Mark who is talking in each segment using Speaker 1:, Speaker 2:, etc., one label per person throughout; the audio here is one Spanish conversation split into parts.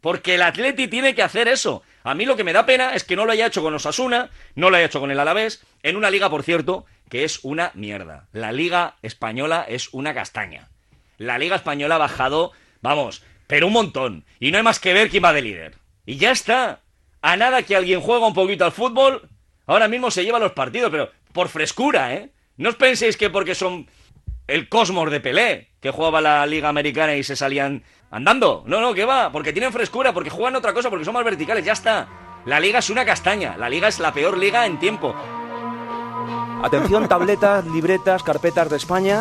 Speaker 1: Porque el Atleti tiene que hacer eso. A mí lo que me da pena es que no lo haya hecho con Osasuna, no lo haya hecho con el Alavés, en una liga, por cierto, que es una mierda. La liga española es una castaña. La liga española ha bajado, vamos, pero un montón. Y no hay más que ver quién va de líder. Y ya está. A nada que alguien juega un poquito al fútbol, ahora mismo se lleva los partidos, pero por frescura, ¿eh? No os penséis que porque son el Cosmos de Pelé, que jugaba la Liga Americana y se salían andando. No, no, que va, porque tienen frescura, porque juegan otra cosa, porque son más verticales, ya está. La liga es una castaña, la liga es la peor liga en tiempo.
Speaker 2: Atención, tabletas, libretas, carpetas de España.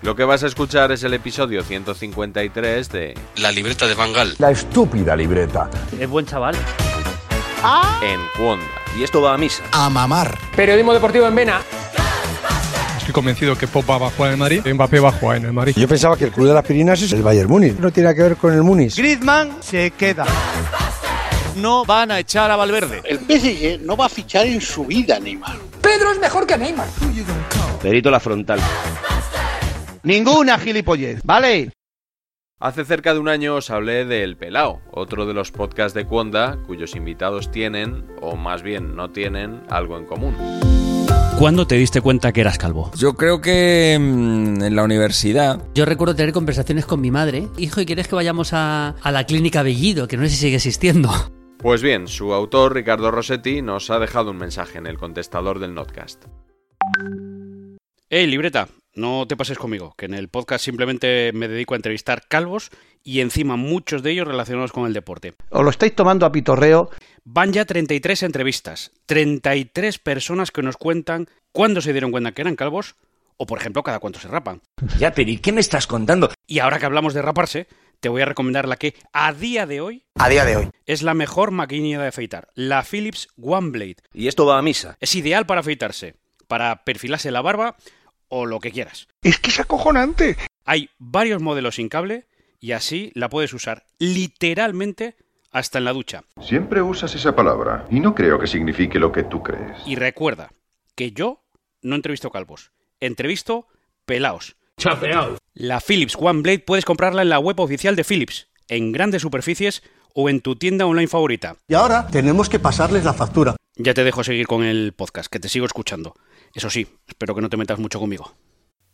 Speaker 3: Lo que vas a escuchar es el episodio 153 de
Speaker 4: La libreta de Bangal.
Speaker 5: La estúpida libreta.
Speaker 6: Es buen chaval.
Speaker 3: En Cuonda.
Speaker 2: Y esto va a misa.
Speaker 5: A mamar.
Speaker 7: Periodismo deportivo en Vena.
Speaker 8: Estoy convencido que Pop va a jugar en el Madrid, Mbappé va a jugar en el Madrid.
Speaker 5: Yo pensaba que el club de las Pirinas es el Bayern Múnich. No tiene nada que ver con el Múnich.
Speaker 9: Griezmann se queda. No van a echar a Valverde.
Speaker 10: El PSG no va a fichar en su vida Neymar.
Speaker 7: Pedro es mejor que Neymar.
Speaker 1: Perito la frontal.
Speaker 9: Ninguna gilipollez, ¿vale?
Speaker 3: Hace cerca de un año os hablé de El Pelao, otro de los podcasts de Cuonda cuyos invitados tienen, o más bien no tienen, algo en común.
Speaker 11: ¿Cuándo te diste cuenta que eras calvo?
Speaker 12: Yo creo que mmm, en la universidad.
Speaker 13: Yo recuerdo tener conversaciones con mi madre. Hijo, ¿y quieres que vayamos a, a la clínica Bellido? Que no sé si sigue existiendo.
Speaker 3: Pues bien, su autor, Ricardo Rossetti, nos ha dejado un mensaje en el contestador del Notcast.
Speaker 14: Hey, libreta, no te pases conmigo, que en el podcast simplemente me dedico a entrevistar calvos y encima muchos de ellos relacionados con el deporte.
Speaker 9: ¿Os lo estáis tomando a pitorreo?
Speaker 14: Van ya 33 entrevistas, 33 personas que nos cuentan cuándo se dieron cuenta que eran calvos o, por ejemplo, cada cuánto se rapan.
Speaker 1: Ya, pero ¿y qué me estás contando?
Speaker 14: Y ahora que hablamos de raparse, te voy a recomendar la que a día de hoy...
Speaker 1: A día de hoy.
Speaker 14: Es la mejor maquinilla de afeitar, la Philips OneBlade.
Speaker 9: Y esto va a misa.
Speaker 14: Es ideal para afeitarse, para perfilarse la barba o lo que quieras.
Speaker 10: Es que es acojonante.
Speaker 14: Hay varios modelos sin cable y así la puedes usar literalmente hasta en la ducha.
Speaker 15: Siempre usas esa palabra y no creo que signifique lo que tú crees.
Speaker 14: Y recuerda que yo no entrevisto calvos, entrevisto pelaos.
Speaker 9: Chapeaos.
Speaker 14: La Philips OneBlade puedes comprarla en la web oficial de Philips, en grandes superficies o en tu tienda online favorita.
Speaker 10: Y ahora tenemos que pasarles la factura.
Speaker 14: Ya te dejo seguir con el podcast, que te sigo escuchando. Eso sí, espero que no te metas mucho conmigo.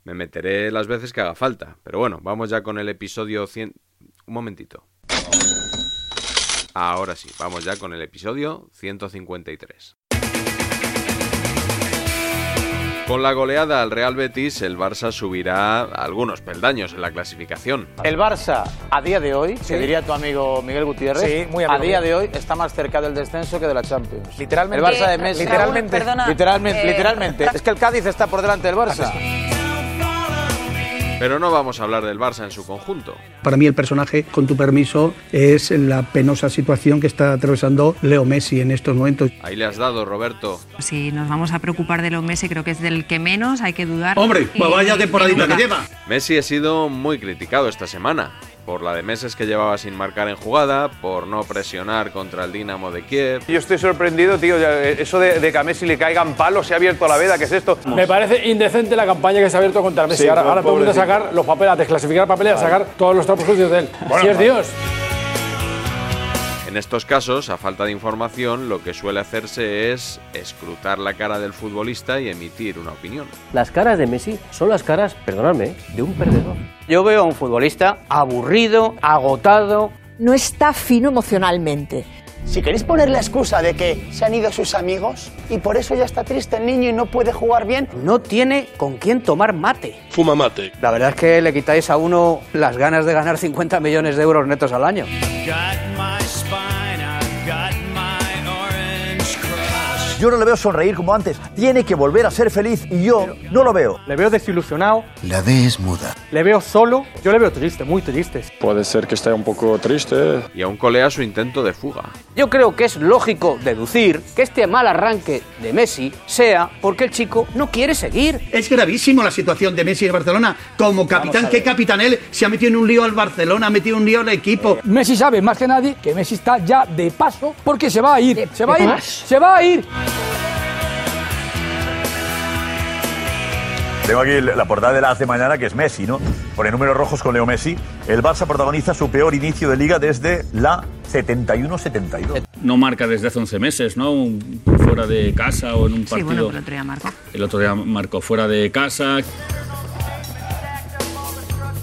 Speaker 3: Me meteré las veces que haga falta, pero bueno, vamos ya con el episodio 100... Un momentito. Ahora sí, vamos ya con el episodio 153. Con la goleada al Real Betis, el Barça subirá algunos peldaños en la clasificación.
Speaker 9: El Barça, a día de hoy, se diría tu amigo Miguel Gutiérrez,
Speaker 7: Sí, muy
Speaker 9: a
Speaker 7: amigo
Speaker 9: día
Speaker 7: mío.
Speaker 9: de hoy está más cerca del descenso que de la Champions.
Speaker 7: Literalmente.
Speaker 9: El Barça de Messi.
Speaker 7: Literalmente.
Speaker 9: Raúl,
Speaker 7: perdona,
Speaker 9: literalmente,
Speaker 7: eh,
Speaker 9: literalmente. Es que el Cádiz está por delante del Barça.
Speaker 3: Pero no vamos a hablar del Barça en su conjunto.
Speaker 16: Para mí el personaje, con tu permiso, es la penosa situación que está atravesando Leo Messi en estos momentos.
Speaker 3: Ahí le has dado, Roberto.
Speaker 17: Si nos vamos a preocupar de los meses, creo que es del que menos hay que dudar. Y-
Speaker 16: pues
Speaker 17: y nunca.
Speaker 3: Messi ha sido muy criticado esta semana, por la de meses que llevaba sin marcar en jugada, por no presionar contra el Dinamo de Kiev.
Speaker 2: Yo estoy sorprendido, tío. ya, eh, Eso de, de que a Messi le caigan palos, se ha abierto la veda, ¿qué es esto?
Speaker 7: Me parece indecente la campaña que se ha abierto contra Messi.
Speaker 2: Sí,
Speaker 7: ahora
Speaker 2: po-
Speaker 7: ahora todo el mundo a
Speaker 2: pobrecito.
Speaker 7: sacar los papeles, a desclasificar papeles, a sacar todos los trapos sucios de él.
Speaker 2: Bueno,
Speaker 7: si es
Speaker 2: vale.
Speaker 7: Dios.
Speaker 3: En estos casos, a falta de información, lo que suele hacerse es escrutar la cara del futbolista y emitir una opinión.
Speaker 4: Las caras de Messi son las caras,
Speaker 18: ¿Eh?
Speaker 4: perdonadme, de un perdedor. Yo veo a un futbolista aburrido, agotado.
Speaker 6: No está fino emocionalmente.
Speaker 19: Si queréis poner la excusa de que se han ido sus amigos y por eso ya está triste el niño y no puede jugar bien,
Speaker 4: No tiene con quién tomar mate.
Speaker 20: Fuma mate.
Speaker 4: La verdad es que le quitáis a uno las ganas de ganar 50 millones de euros netos al año.
Speaker 21: Yo no le veo sonreír como antes. Tiene que volver a ser feliz y yo no lo veo.
Speaker 22: Le veo desilusionado,
Speaker 21: La D es muda.
Speaker 22: le veo solo, yo le veo triste, muy triste.
Speaker 3: Puede ser que esté un poco triste. Y aún colea su intento de fuga.
Speaker 4: Yo creo que es lógico deducir que este mal arranque de Messi sea porque el chico no quiere seguir.
Speaker 10: Es gravísimo la situación de Messi en Barcelona. Como capitán,
Speaker 4: Vamos a
Speaker 10: ¿qué
Speaker 4: ver.
Speaker 10: capitán él? Se ha metido en un lío al Barcelona, ha metido en un lío al equipo.
Speaker 7: Messi sabe más que nadie que Messi está ya de paso porque se va a ir. se va a
Speaker 10: de
Speaker 7: ir.
Speaker 10: paso.
Speaker 7: Se va a ir.
Speaker 21: Tengo aquí la portada de la hace mañana que es Messi, ¿no? Pone números rojos con Leo Messi. El Barça protagoniza su peor inicio de liga desde la 71-72.
Speaker 23: No marca desde hace 11 meses, ¿no? Un- fuera de casa o en un
Speaker 17: Sí,
Speaker 23: partido.
Speaker 17: bueno, pero otro día marco.
Speaker 23: El otro día marcó fuera de casa.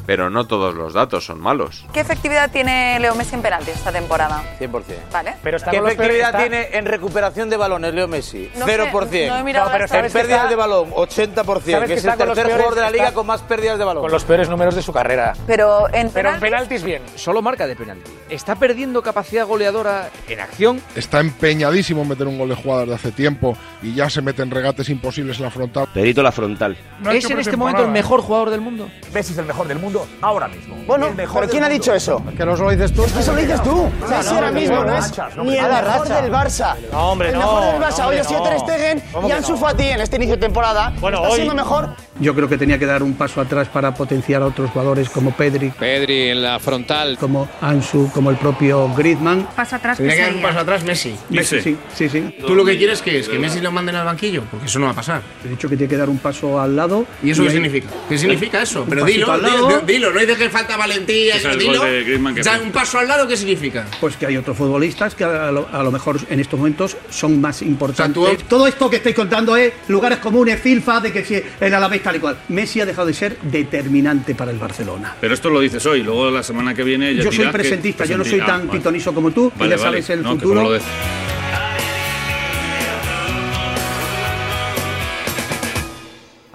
Speaker 3: Pero no todos los datos son malos.
Speaker 17: ¿Qué efectividad tiene Leo Messi en penaltis esta temporada?
Speaker 3: 100%.
Speaker 17: ¿Vale?
Speaker 24: Pero
Speaker 18: ¿Qué efectividad tiene en recuperación de balones Leo Messi? 0%. en pérdidas de balón, 80%, que, es el tercer jugador de la liga con más pérdidas de balón.
Speaker 22: Con los peores números de su carrera.
Speaker 17: Pero en
Speaker 18: Pero
Speaker 17: penaltis,
Speaker 18: bien. Solo marca de penalti. Está perdiendo capacidad goleadora en acción.
Speaker 25: Está empeñadísimo en meter un gol de jugadas de hace tiempo y ya se meten regates imposibles en la frontal.
Speaker 26: Perito la frontal.
Speaker 18: es en este momento el mejor jugador del mundo.
Speaker 21: Messi es el mejor del mundo ahora mismo.
Speaker 18: Bueno,
Speaker 21: El mejor
Speaker 18: ¿pero
Speaker 21: del
Speaker 18: quién ha
Speaker 21: mundo.
Speaker 18: dicho eso?
Speaker 25: Que no solo dices tú.
Speaker 18: Eso lo dices tú.
Speaker 21: Messi ahora mismo no es
Speaker 18: ni el mejor del Barça. No, hombre, el no, mejor del Barça. no, Hoy hombre, ha sido no. Ter Stegen ¿Cómo y que Ansu no? Fati en este inicio de temporada. Bueno, está hoy- siendo mejor.
Speaker 16: Yo creo que tenía que dar un paso atrás para potenciar a otros jugadores como Pedri,
Speaker 27: Pedri en la frontal.
Speaker 16: como Ansu, como el propio Griezmann.
Speaker 17: paso atrás,
Speaker 16: Tendría que
Speaker 17: que
Speaker 16: dar un
Speaker 17: sería.
Speaker 16: paso
Speaker 27: atrás Messi.
Speaker 16: Messi, sí, sí, sí.
Speaker 27: ¿Tú lo que quieres que es? ¿Que Messi lo manden al banquillo? Porque eso no va a pasar.
Speaker 16: He dicho que tiene que dar un paso al lado.
Speaker 27: ¿Y eso qué
Speaker 16: ahí-
Speaker 27: significa? ¿Qué significa eso?
Speaker 16: Un
Speaker 27: Pero
Speaker 16: pasito
Speaker 27: dilo,
Speaker 16: al
Speaker 27: dilo,
Speaker 16: lado.
Speaker 27: dilo, no dices que falta valentía,
Speaker 18: Es el
Speaker 27: dilo.
Speaker 18: gol de Griezmann que
Speaker 27: Ya,
Speaker 18: falta.
Speaker 27: un paso al lado, ¿qué significa?
Speaker 16: Pues que hay otros futbolistas que a lo, a lo mejor en estos momentos son más importantes.
Speaker 27: O sea,
Speaker 16: Todo esto que estáis contando es eh, lugares comunes, filfa, de que si el Alavés tal y cual. Messi ha dejado de ser determinante para el Barcelona.
Speaker 23: Pero esto lo dices hoy, luego la semana que viene ya
Speaker 16: Yo soy
Speaker 23: dirás que-
Speaker 16: presentista, yo no soy
Speaker 23: Ah,
Speaker 16: tan
Speaker 23: vale.
Speaker 16: pitoniso como tú, que
Speaker 23: Vale,
Speaker 16: ya sabes
Speaker 23: vale.
Speaker 16: el
Speaker 23: No, que
Speaker 16: futuro.
Speaker 23: como lo de-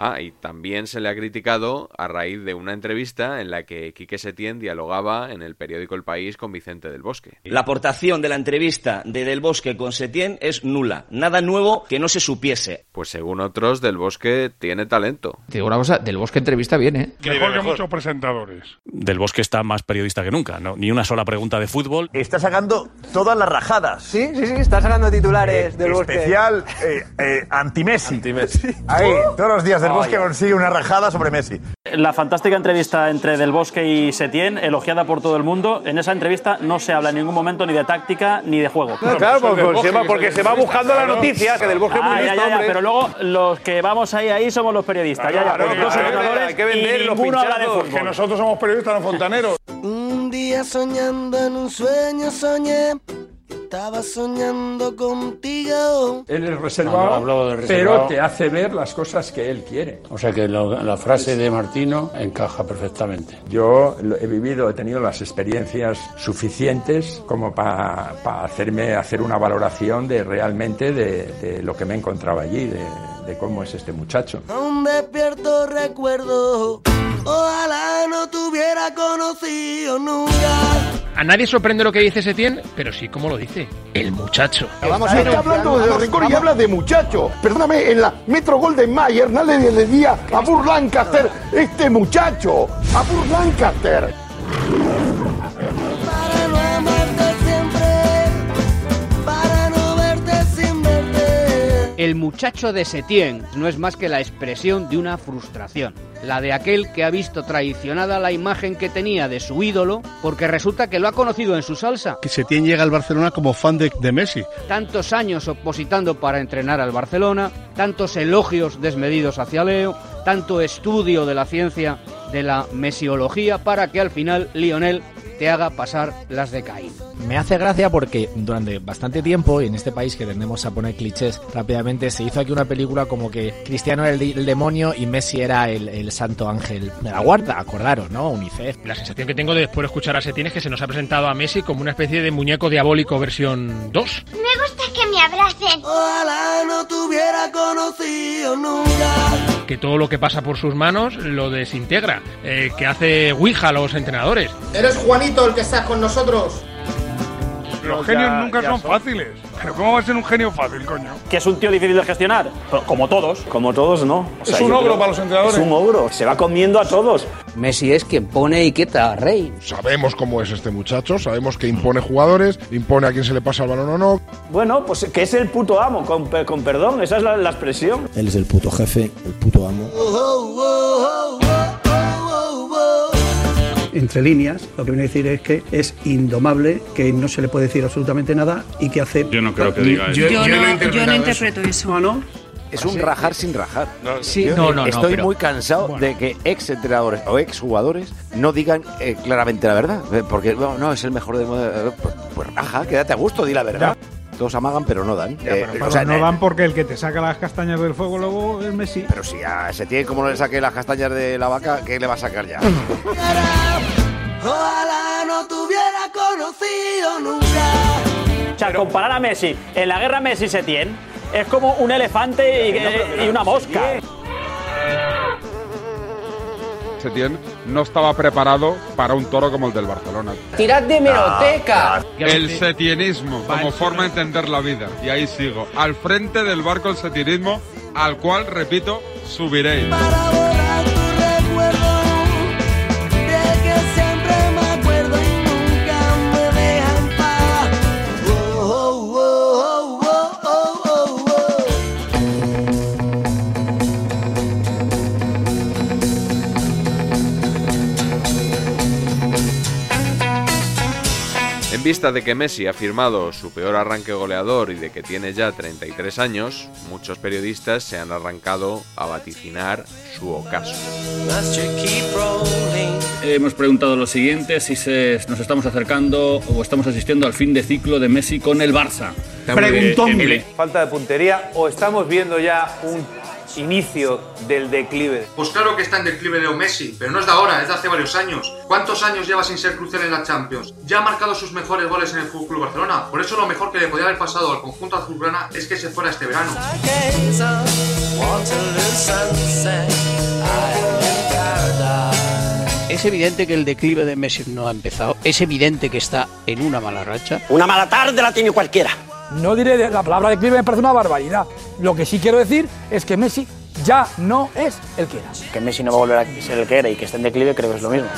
Speaker 3: Ah, y también se le ha criticado a raíz de una entrevista en la que Quique Setién dialogaba en el periódico El País con Vicente del Bosque.
Speaker 1: La aportación de la entrevista de Del Bosque con Setién es nula. Nada nuevo que no se supiese.
Speaker 3: Pues según otros, Del Bosque tiene talento.
Speaker 27: Te digo una cosa, Del Bosque entrevista bien, ¿eh?
Speaker 8: Mejor que muchos presentadores.
Speaker 27: Del Bosque está más periodista que nunca, ¿no? Ni una sola pregunta de fútbol.
Speaker 21: Está sacando todas las rajadas.
Speaker 18: Sí, sí, sí, está sacando titulares del bosque.
Speaker 21: Especial eh, eh, anti-Messi. Ahí, todos los días del
Speaker 19: Ay,
Speaker 21: bosque
Speaker 19: ay.
Speaker 21: consigue una rajada sobre Messi.
Speaker 19: La fantástica entrevista entre Del Bosque y Setién, elogiada por todo el mundo. En esa entrevista no se habla en ningún momento ni de táctica ni de juego.
Speaker 2: No, Ah, claro, porque se va- porque se va buscando la noticia, que Del Bosque es muy
Speaker 19: Ah, ya,
Speaker 2: listo,
Speaker 19: ya, ya,
Speaker 2: hombre.
Speaker 19: pero luego los que vamos ahí ahí somos los periodistas. ya, ya,
Speaker 2: Claro,
Speaker 19: pero los
Speaker 2: hay que vender,
Speaker 19: entrenadores
Speaker 2: hay que vender
Speaker 19: y
Speaker 2: los
Speaker 19: ninguno habla de
Speaker 2: pinchazos,
Speaker 19: fútbol.
Speaker 2: que nos-
Speaker 8: Nosotros somos periodistas, no fontaneros.
Speaker 26: Un día soñando en un sueño soñé, estaba soñando contigo.
Speaker 7: Él es reservado,
Speaker 26: No, no, hablo del
Speaker 7: pero
Speaker 26: reservado.
Speaker 7: te hace ver las cosas que él quiere.
Speaker 26: O sea que lo- la frase de Martino encaja perfectamente.
Speaker 27: Yo lo he vivido, he tenido las experiencias suficientes como para hacerme hacer una valoración de realmente de, de lo que me encontraba allí, de, de cómo es este muchacho.
Speaker 26: Aún despierto recuerdo, ojalá no te hubiera conocido nunca.
Speaker 27: A nadie sorprende lo que dice Setién, pero sí como lo dice. El muchacho.
Speaker 28: Vamos está hablando de rencor y habla de muchacho. Perdóname, en la Metro Golden Mayer nadie le decía a Burr Lancaster, este muchacho, a Burr Lancaster.
Speaker 29: El muchacho de Setién no es más que la expresión de una frustración, la de aquel que ha visto traicionada la imagen que tenía de su ídolo porque resulta que lo ha conocido en su salsa.
Speaker 28: Que Setién llega al Barcelona como fan de, de Messi.
Speaker 29: Tantos años opositando para entrenar al Barcelona, tantos elogios desmedidos hacia Leo, tanto estudio de la ciencia
Speaker 30: de la mesiología para que al final Lionel te haga pasar las de Caín.
Speaker 29: Me hace gracia porque durante bastante tiempo, y en este país que tendemos a poner clichés rápidamente, se hizo aquí una película como que Cristiano era el, di- el demonio y Messi era el, el santo ángel de la guarda, acordaros, ¿no? UNICEF.
Speaker 31: La sensación que tengo de después de escuchar a Setién es que se nos ha presentado a Messi como una especie de muñeco diabólico versión 2.
Speaker 26: Me gusta que me abracen. Ojalá no te hubiera conocido nunca.
Speaker 31: Que todo lo que pasa por sus manos lo desintegra. eh, que hace Ouija a los entrenadores.
Speaker 32: Eres Juanito el que estás con nosotros.
Speaker 33: Los genios nunca son, fáciles. Pero ¿cómo va a ser un genio fácil, coño?
Speaker 14: Que es un tío difícil de gestionar, pero como todos.
Speaker 16: Como todos, no.
Speaker 33: O sea, Es un yo ogro creo- para los entrenadores.
Speaker 16: Es un ogro. Se va comiendo a todos.
Speaker 29: Messi es quien pone y quita rey.
Speaker 25: Sabemos cómo es este muchacho, sabemos que impone jugadores, impone a quien se le pasa el balón o no.
Speaker 16: Bueno, pues que es el puto amo, con, pe- con perdón, esa es la, la expresión.
Speaker 34: Él es el puto jefe, el puto amo.
Speaker 35: Entre líneas, lo que viene a decir es que es indomable, que no se le puede decir absolutamente nada y que hace.
Speaker 36: Yo no creo que
Speaker 35: diga
Speaker 37: Yo, no, yo no interpreto eso.
Speaker 35: no?
Speaker 38: Es un rajar sin rajar.
Speaker 16: No,
Speaker 38: Sí,
Speaker 16: yo-
Speaker 38: no, no, no,
Speaker 16: estoy
Speaker 38: pero-
Speaker 16: muy cansado de que ex entrenadores o ex jugadores no digan eh, claramente la verdad. eh, Porque no, no, es el mejor de. eh, Pues, pues raja, quédate a gusto, di la verdad. Todos amagan, pero no dan. Eh, o sea,
Speaker 15: no
Speaker 16: eh,
Speaker 15: van porque el que te saca las castañas del fuego luego es Messi.
Speaker 16: Pero si a se tiene como no le saque las castañas de la vaca, ¿qué le va a sacar ya?
Speaker 26: Ojalá no te hubiera conocido nunca.
Speaker 14: O sea, comparar a Messi en la guerra Messi-Setién es como un elefante y, y una mosca.
Speaker 20: Setién no estaba preparado para un toro como el del Barcelona.
Speaker 4: Tirad de
Speaker 20: meroteca.
Speaker 38: Ah.
Speaker 4: meroteca.
Speaker 20: El setienismo como forma de entender la vida. Y ahí sigo. Al frente del barco el setienismo, al cual, repito, subiréis.
Speaker 26: De que siempre me acuerdo y nunca me dejan paz. Oh, oh, oh, oh, oh, oh, oh.
Speaker 3: En vista de que Messi ha firmado su peor arranque goleador y de que tiene ya 33 años, muchos periodistas se han arrancado a vaticinar su ocaso.
Speaker 39: Hemos preguntado lo siguiente, si se- nos estamos acercando o estamos asistiendo al fin de ciclo de Messi con el Barça. Eh,
Speaker 40: Falta de puntería o estamos viendo ya un inicio del declive.
Speaker 38: Pues claro que está en declive Leo Messi, pero no es de ahora, es de hace varios años. ¿Cuántos años lleva sin ser crucial en la Champions? Ya ha marcado sus mejores goles en el FC Barcelona, por eso lo mejor que le podía haber pasado al conjunto azulgrana es que se fuera este verano.
Speaker 4: Es evidente que el declive de Messi no ha empezado. Es evidente que está en una mala racha.
Speaker 41: Una mala tarde la tiene cualquiera. No diré de- la palabra declive, me parece una barbaridad. Lo que sí quiero decir es que Messi ya no es el que era.
Speaker 18: Que Messi no va a volver a ser el que era y que está en declive, creo que es lo mismo.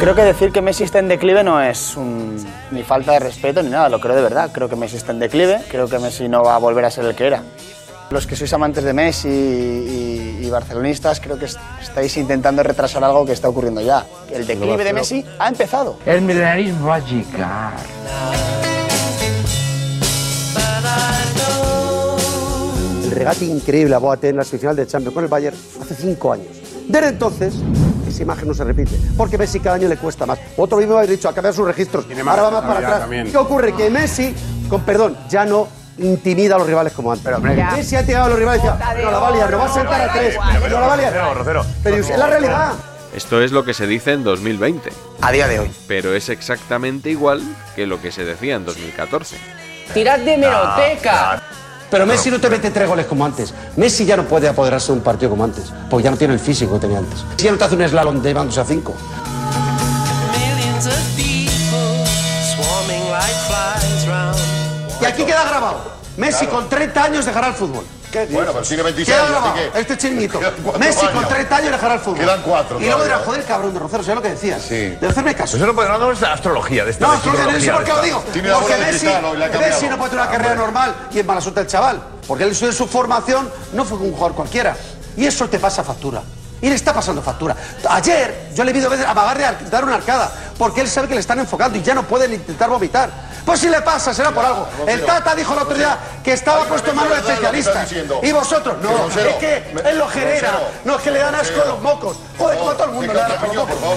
Speaker 18: Creo que decir que Messi está en declive no es un- ni falta de respeto ni nada, lo creo de verdad. Creo que Messi está en declive, creo que Messi no va a volver a ser el que era. Los que sois amantes de Messi y, y- y barcelonistas, creo que est- estáis intentando retrasar algo que está ocurriendo ya. El declive de Messi ha empezado.
Speaker 34: El milenarismo va a llegar.
Speaker 15: El regate increíble a Boateng en la semifinal de Champions con el Bayern hace cinco años. Desde entonces, esa imagen no se repite, porque Messi cada año le cuesta más. Otro mismo habéis dicho, a cambiar sus registros,
Speaker 16: más
Speaker 15: ahora va
Speaker 14: Ah,
Speaker 15: más para
Speaker 16: personalidad
Speaker 15: atrás.
Speaker 16: también.
Speaker 15: ¿Qué ocurre? Que Messi, con perdón, ya no intimida a los rivales como antes.
Speaker 16: Ya.
Speaker 15: Messi ha tirado a los rivales y decía, no la va a liar, no va a sentar a tres, no la va a liar".
Speaker 16: Rocero, Rocero.
Speaker 15: Pero es la realidad.
Speaker 3: Esto es lo que se dice en 2020.
Speaker 15: A día de hoy.
Speaker 3: Pero es exactamente igual que lo que se decía en 2014.
Speaker 4: Tirad de meroteca.
Speaker 15: Pero Messi no te mete tres goles como antes. Messi ya no puede apoderarse de un partido como antes, porque ya no tiene el físico que tenía antes. Messi ya no te hace un slalom llevándose a cinco. Y aquí queda grabado. Messi con 30 años dejará el fútbol.
Speaker 42: Bueno, pero tiene 26
Speaker 15: Queda
Speaker 42: años,
Speaker 15: grabado,
Speaker 42: así que-
Speaker 15: Este chinguito.
Speaker 42: cuatro
Speaker 15: Messi con
Speaker 42: años.
Speaker 15: 30 años dejará el fútbol.
Speaker 42: Quedan cuatro
Speaker 15: Y luego
Speaker 42: todavía.
Speaker 15: dirá, joder, cabrón de Rocero, ¿sabes lo que decías?
Speaker 42: Sí.
Speaker 15: De hacerme caso.
Speaker 16: Eso no, puede- no, no es la astrología de esta.
Speaker 15: No,
Speaker 16: de
Speaker 15: surge de eso
Speaker 16: psicología de
Speaker 15: porque lo
Speaker 16: esta.
Speaker 15: digo. Porque Messi, Messi no puede tener una carrera normal y es mala suerte el chaval. Porque él su, su formación no fue un jugador cualquiera. Y eso te pasa factura. Y le está pasando factura. Ayer yo le he visto a veces amagar de ar- dar una arcada porque él sabe que le están enfocando y ya no pueden intentar vomitar. Pues si le pasa, será por algo. El Tata dijo la autoridad que estaba puesto en manos de especialistas. Y vosotros, no, es que él lo genera, no es que le dan asco a los mocos. Joder, como a todo el mundo le dan asco a los mocos.